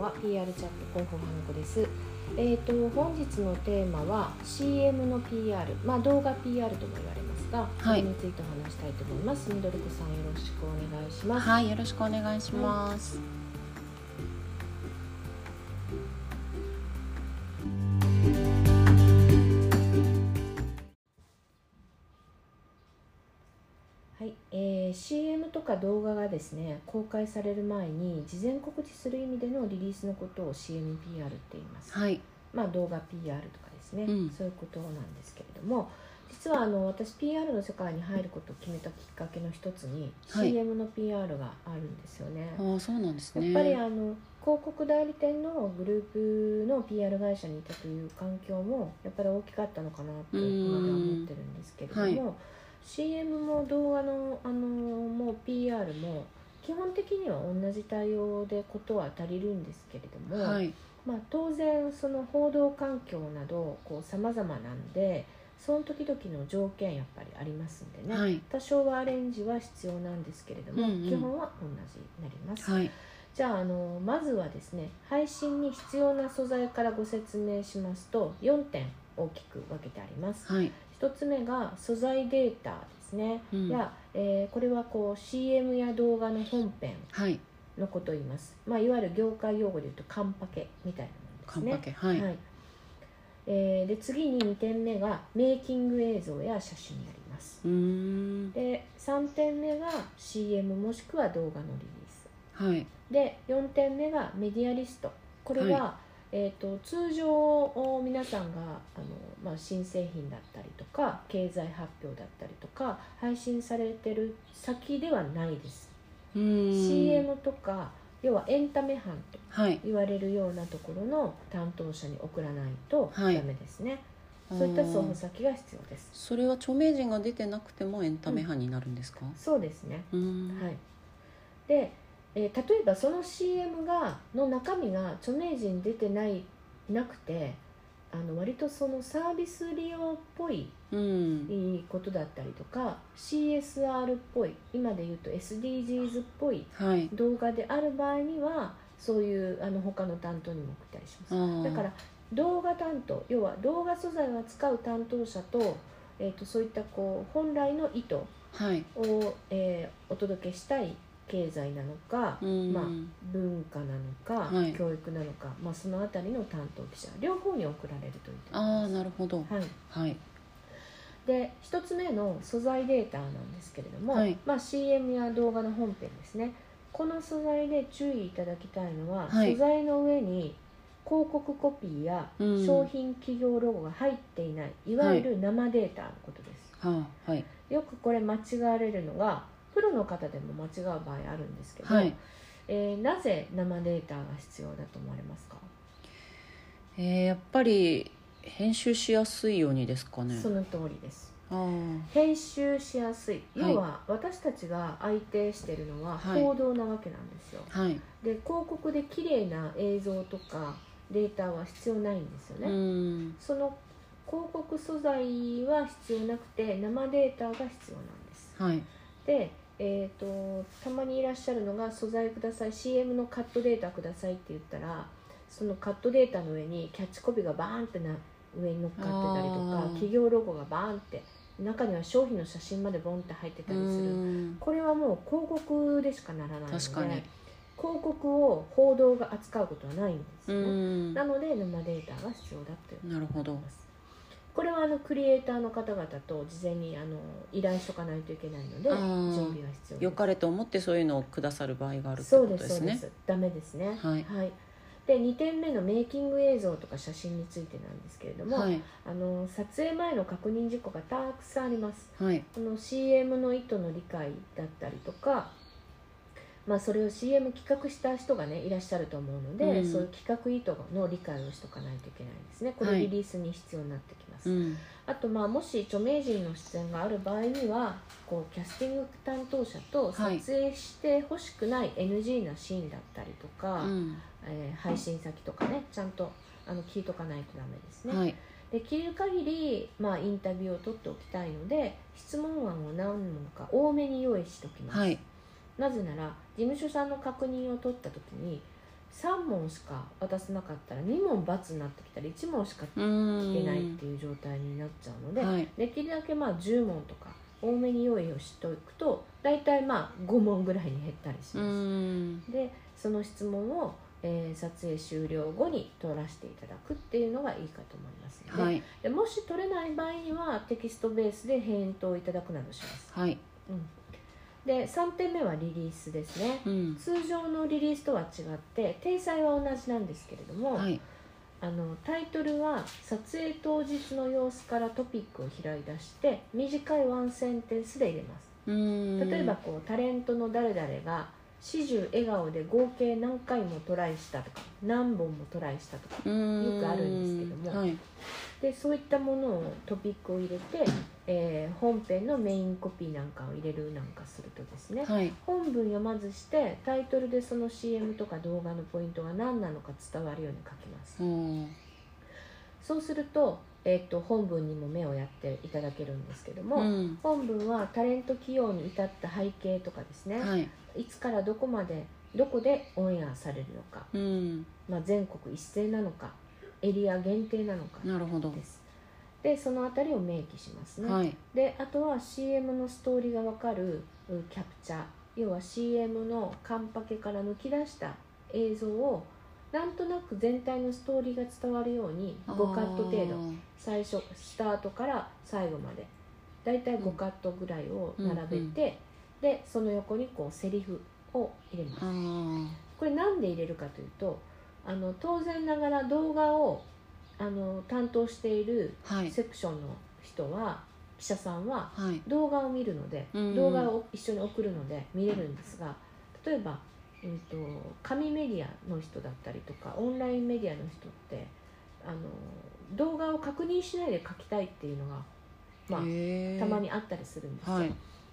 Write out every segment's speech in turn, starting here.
は PR チャット広報花子です。えっ、と本日のテーマは CM の PR、まあ動画 PR とも言われますが、はいそれについてお話したいと思います。みどりこさんよろしくお願いします。はい、よろしくお願いします。はい、えー CM とか動画がですね公開される前に事前告知する意味でのリリースのことを CM PR って言います。はい、まあ、動画 PR とかですね、うんそういうことなんですけれども実はあの私 PR の世界に入ることを決めたきっかけの一つに、はい CM の PR があるんですよね。ああ、そうなんですやね。っぱりあの広告代理店のグループの PR 会社にいたという環境もやっぱり大きかったのかなって今では思ってるんですけれども、うん CM も動画のあのもう PR も基本的には同じ対応でことは足りるんですけれども、はい、まあ、当然その報道環境などさまざまなんでその時々の条件やっぱりありますんでね、はい、多少はアレンジは必要なんですけれども、うんうん基本は同じになります、はい、じゃああのまずはですね配信に必要な素材からご説明しますと4点大きく分けてありますはい、 1つ目が素材データですね、うんや、えーこれはこう CM や動画の本編はい、のことを言います、まあ、いわゆる業界用語で言うとカンパケみたいなカもンのですねパケ、はい、はいえーで次に2点目がメイキング映像や写真になりますうーん、で3点目が CM もしくは動画のリリースはい、で4点目がメディアリストこれは、えー、と通常お皆さんがあの、まあ、新製品だったりとか経済発表だったりとか配信されてる先ではないです、うーん、、 CM とか要はエンタメ班とはい、言われるようなところの担当者に送らないとダはいメですね、そういった送付先が必要ですそれは著名人が出てなくてもエンタメ派になるんですか？そうですね、うーん、はいで、えー例えばその CM がの中身が著名人出てないなくてあの割とそのサービス利用っぽいうん、ことだったりとか CSR っぽい今で言うと SDGs っぽいはい、動画である場合にはそういうあの他の担当にも送ったりしますああ、だから、動画担当要は動画素材を扱う担当者と,、えー、とそういったこう本来の意図はい、を、えーお届けしたい経済なのか、うーん、ま文化なのか、はい教育なのか、まあ、そのあたりの担当記者両方に送られるという点ああ、なるほど、はい、はい、で1つ目の素材データなんですけれども、はいまあ、CM や動画の本編ですねこの素材で注意いただきたいのは、はい素材の上に広告コピーやうん商品企業ロゴが入っていない、いわゆる生データのことです、はあ、はい、よくこれ間違われるのがプロの方でも間違う場合あるんですけど、はい。えーなぜ生データが必要だと思われますか、えー、やっぱり編集しやすいようにですかね。その通りですああ。編集しやすいはい要は私たちが相手してるのははい報道なわけなんですよ、はい、で広告で綺麗な映像とかデータは必要ないんですよね、うんその広告素材は必要なくて生データが必要なんですはいで、えー、とたまにいらっしゃるのが「素材ください CM のカットデータください」って言ったらそのカットデータの上にキャッチコピーがバーンってな上に乗っかってたりとあかー企業ロゴがバーンって中には商品の写真までボンって入ってたうりするんこれはもう広告でしかならないので確かに広告を報道が扱うことはないんですうよね、んなので生データが必要だというなるほどこれはあのクリエイターの方々と事前にあの依頼しとかないといけないのであ準ー備が必要です良かれと思ってそういうのをくださる場合があるってそこうとでですすそうでねすダメですねはいで2点目のメイキング映像とか写真についてなんですけれども、はいあの撮影前の確認事項がたくさんありますはいこの CM の意図の理解だったりとか、まあ、それを CM 企画した人がねいらっしゃると思うので、うんそういう企画意図の理解をしとかないといけないですねこはれいリリースに必要になってきます、うんあとまあもし著名人の出演がある場合にはこうキャスティング担当者と撮はい影してほしくない NG なシーンだったりとか、うんえー配信先とかねちゃんとあの聞いとかないとダメですね、はいできる限り、まあ、インタビューを取っておきたいので質問案を何問か多めに用意しておきます、はいなぜなら事務所さんの確認を取った時に3問しか渡せなかったら2問×になってきたり1問しかうん聞けないっていう状態になっちゃうので、はいできるだけまあ10問とか多めに用意をしておくと大体まあ5問ぐらいに減ったりしうます。んでその質問を、えー撮影終了後に取らせていただくっていうのがいいかと思いますので,、はいでもし取れない場合にはテキストベースで返答いただくなどします、はいうん、で3点目はリリースですねうん通常のリリースとは違って体裁は同じなんですけれども、はいあのタイトルは撮影当日の様子からトピックを開い出して短いワンセンテンスで入れますうん例えばこうタレントの誰々が始終笑顔で合計何回もトライしたとか何本もトライしたとかよくあるんですけどもはいでそういったものをトピックを入れて、えー本編のメインコピーなんかを入れるなんかするとですねはい本文読まずしてタイトルでその CM とか動画のポイントが何なのか伝わるように書きますうんそうすると,、えー、と本文にも目をやっていただけるんですけども、うん本文はタレント起用に至った背景とかですね、はいいつからどこまでどこでオンエアされるのか、うんまあ、全国一斉なのかエリア限定なのかなるほどですでそのあたりを明記しますね、はいであとは CM のストーリーがわかるうキャプチャー要は CM のカンパケから抜き出した映像をなんとなく全体のストーリーが伝わるように5カット程度最初スタートから最後までだいたい5カットぐらいを並べて、うんうんでその横にこうセリフを入れますあーこれなんで入れるかというとあの当然ながら動画をあの担当しているあーはいセクションの人は記者さんははい動画を見るので、うん動画を一緒に送るので見れるんですが例えば、うん、と紙メディアの人だったりとかオンラインメディアの人ってあの動画を確認しないで書きたいっていうのが、まあへーたまにあったりするんですよ。はい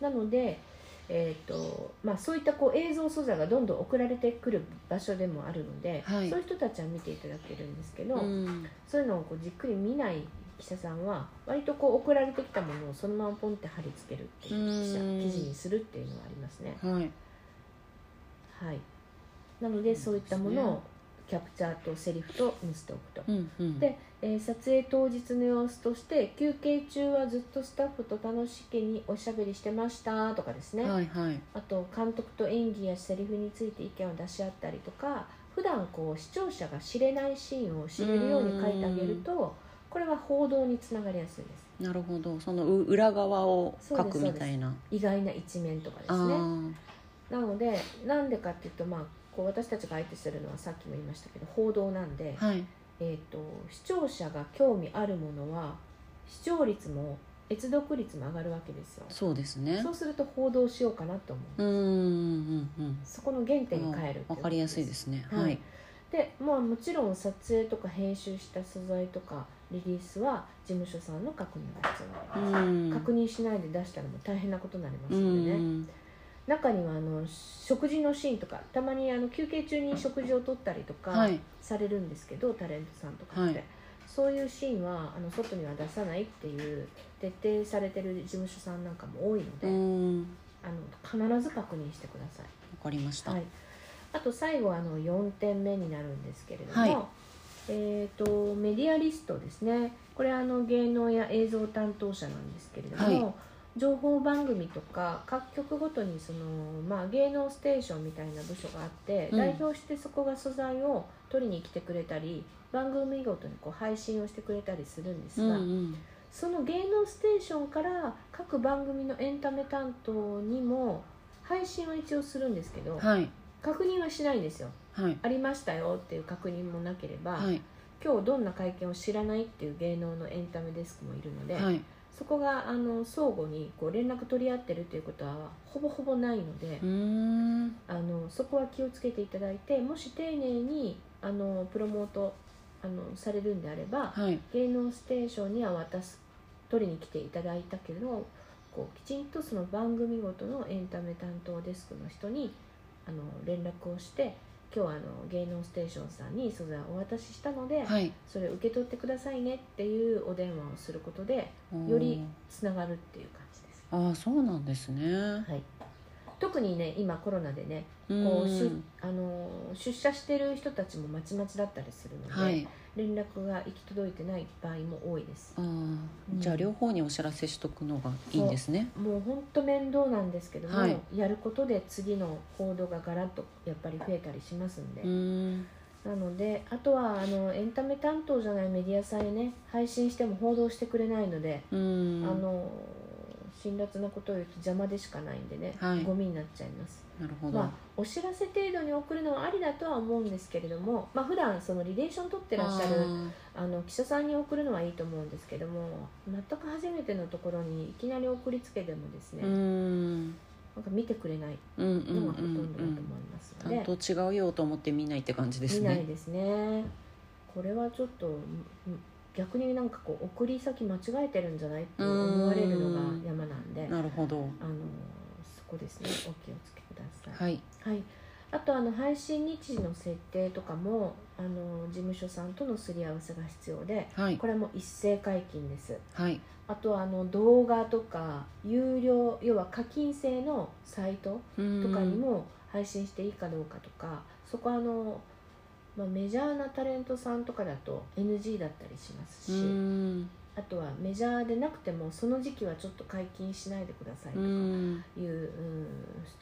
なので、えーとまあ、そういったこう映像素材がどんどん送られてくる場所でもあるので、はいそういう人たちは見ていただけるんですけど、うんそういうのをこうじっくり見ない記者さんは割とこう送られてきたものをそのままポンって貼り付けるっていう記者うん記事にするっていうのはありますね。はいはい、なのでそういったものをキャプチャーとセリフと見せておくと。うんうんでえー撮影当日の様子として休憩中はずっとスタッフと楽しげにおしゃべりしてましたとかですね、はいはいあと監督と演技やセリフについて意見を出し合ったりとか普段こう視聴者が知れないシーンを知れるように書いてあげるとこれは報道につながりやすいですなるほどそのう裏側を書くみたいな意外な一面とかであすねーなのでなんでかっていうと、まあ、こう私たちが相手するのはさっきも言いましたけど報道なんで、はいえー、と視聴者が興味あるものは視聴率も閲読率も上がるわけですよそうですねそうすると報道しようかなと思う、うんうんうんそこの原点に変えるっていうこわとかりやすいですねはいはいでまあもちろん撮影とか編集した素材とかリリースは事務所さんの確認が必要になりんます、確認しないで出したらもう大変なことになりますうのでね、ん中にはあの食事のシーンとかたまにあの休憩中に食事をとったりとはかいされるんですけど、タレントさんとかって、はいそういうシーンはあの外には出さないっていう徹底されてる事務所さんなんかも多いので、うんわあの必ず確認してくださいかりましたはい、あと最後はあの4点目になるんですけれども、はいえー、とメディアリストですねこれはあの芸能や映像担当者なんですけれども、情報番組とか各局ごとにその、まあ、芸能ステーションみたいな部署があって、うん代表してそこが素材を取りに来てくれたり番組ごとにこう配信をしてくれたりするんですうんが、うんその芸能ステーションから各番組のエンタメ担当にも配信は一応するんですけど、はい確認はしないんですよはいありましたよっていう確認もなければ、はい今日どんな会見を知らないっていう芸能のエンタメデスクもいるので、はいそこがあの相互にこう連絡取り合ってるということはほぼほぼないので、うーんあのそこは気をつけていただいてもし丁寧にあのプロモートあのされるんであればはい芸能ステーションには渡す取りに来ていただいたけどこうきちんとその番組ごとのエンタメ担当デスクの人にあの連絡をして今日はあの芸能ステーションさんに素材をお渡ししたので、はいそれを受け取ってくださいねっていうお電話をすることでよりつながるっていう感じです。ああそうなんですねはい、特にね今コロナでねこううしんあのー出社してる人たちもまちまちだったりするので、はい連絡が行き届いてない場合も多いですあーうんじゃあ両方にお知らせしとくのがいいんですねもう本当面倒なんですけども、はいやることで次の行動がガラッとやっぱり増えたりしますんで、うんなのであとはあのエンタメ担当じゃないメディアさんへね配信しても報道してくれないので、うんあのー辛辣なことを言うと邪魔でしかないんでね、はいゴミになっちゃいますなるほど、まあ、お知らせ程度に送るのはありだとは思うんですけれども、まあ普段そのリレーション取ってらっしゃるあの記者さんに送るのはいいと思うんですけども全く初めてのところにいきなり送りつけてもですね、あーうんなんか見てくれないうんうんうのがほとんどだと思いんますのうで、んちゃんと違うよと思って見ないって感じです見ないねですねこれはちょっとん逆になんかこう送り先間違えてるんじゃないって思われるのが山なんで。なるほどあのそこですねお気をつけください。はいはい、あとあの配信日時の設定とかもあの事務所さんとのすり合わせが必要ではいこれも一斉解禁ですはいあとはあの動画とか有料要は課金制のサイトととかかにも配信していいかどうかとかそこはあの、まあ、メジャーなタレントさんとかだと NG だったりしますうしんあとはメジャーでなくてもその時期はちょっと解禁しないでくださいとうかんいううん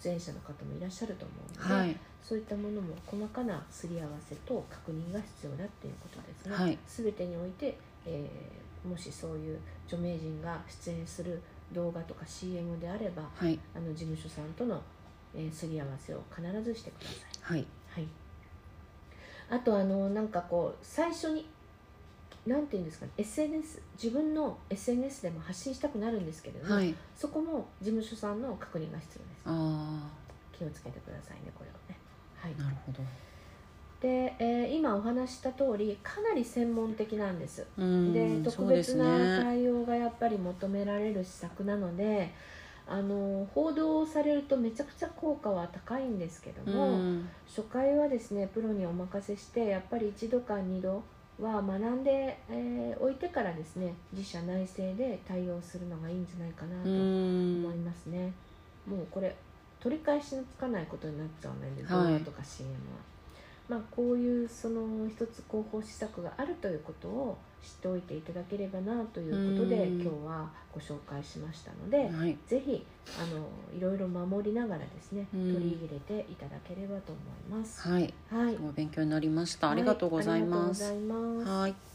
出演者の方もいらっしゃると思うので、はいそういったものも細かなすり合わせと確認が必要だっていうことですね。はい全てにおいて、えーもしそういう著名人が出演する動画とか CM であればはいあの事務所さんとの、えーすり合わせを必ずしてください。はいはい、あとあのなんかこう最初になんていうんですかね SNS 自分の SNS でも発信したくなるんですけれども、はいそこも事務所さんの確認が必要です。あ気をつけてくださいねこれをね。はいあなるほどで、えー今お話しした通りかなり専門的なんです、うんでそ特うで別すなね対応がやっぱり求められる施策なのであの報道されるとめちゃくちゃ効果は高いんですけどうも、ん初回はですねプロにお任せしてやっぱり1度か2度は学んで、えーおいてからですね自社内製で対応するのがいいんじゃないかなうと思いんますね、もうこれ取り返しのつかないことになっちゃうので、はい動画とか CM は、まあ、こういうその一つ広報施策があるということを知っておいていただければなということでうん今日はご紹介しましたので、はいぜひあのいろいろ守りながらですねうん取り入れていただければと思います。はいはいお勉強になりましたありがとうございますありがとうございますはい